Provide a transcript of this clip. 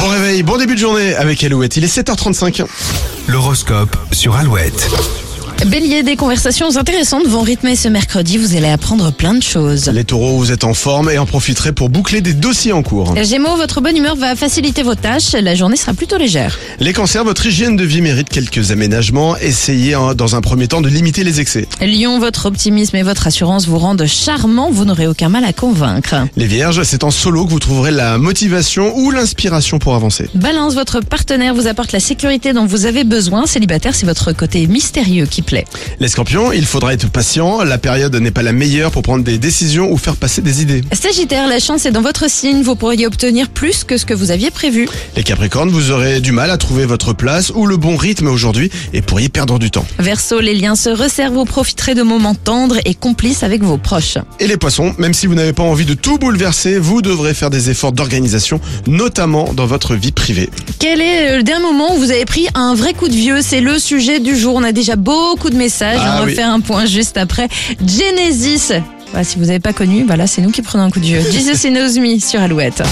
Bon réveil, bon début de journée avec Alouette. Il est 7h35. L'horoscope sur Alouette. Bélier, des conversations intéressantes vont rythmer ce mercredi. Vous allez apprendre plein de choses. Les taureaux, vous êtes en forme et en profiterez pour boucler des dossiers en cours. Euh, Gémeaux, votre bonne humeur va faciliter vos tâches. La journée sera plutôt légère. Les cancers, votre hygiène de vie mérite quelques aménagements. Essayez hein, dans un premier temps de limiter les excès. Lion, votre optimisme et votre assurance vous rendent charmant. Vous n'aurez aucun mal à convaincre. Les vierges, c'est en solo que vous trouverez la motivation ou l'inspiration pour avancer. Balance, votre partenaire vous apporte la sécurité dont vous avez besoin. Célibataire, c'est votre côté mystérieux qui plaît. Les scorpions, il faudra être patient. La période n'est pas la meilleure pour prendre des décisions ou faire passer des idées. Sagittaire, la chance est dans votre signe. Vous pourriez obtenir plus que ce que vous aviez prévu. Les capricornes, vous aurez du mal à trouver votre place ou le bon rythme aujourd'hui et pourriez perdre du temps. Verseau, les liens se resserrent. Vous profiterez de moments tendres et complices avec vos proches. Et les poissons, même si vous n'avez pas envie de tout bouleverser, vous devrez faire des efforts d'organisation, notamment dans votre vie privée. Quel est euh, le dernier moment où vous avez pris un vrai coup de vieux C'est le sujet du jour. On a déjà beaucoup de messages. Ah on oui. refait un point juste après. Genesis. Bah, si vous n'avez pas connu, bah là, c'est nous qui prenons un coup de vieux. Jesus et Nozmi sur Alouette.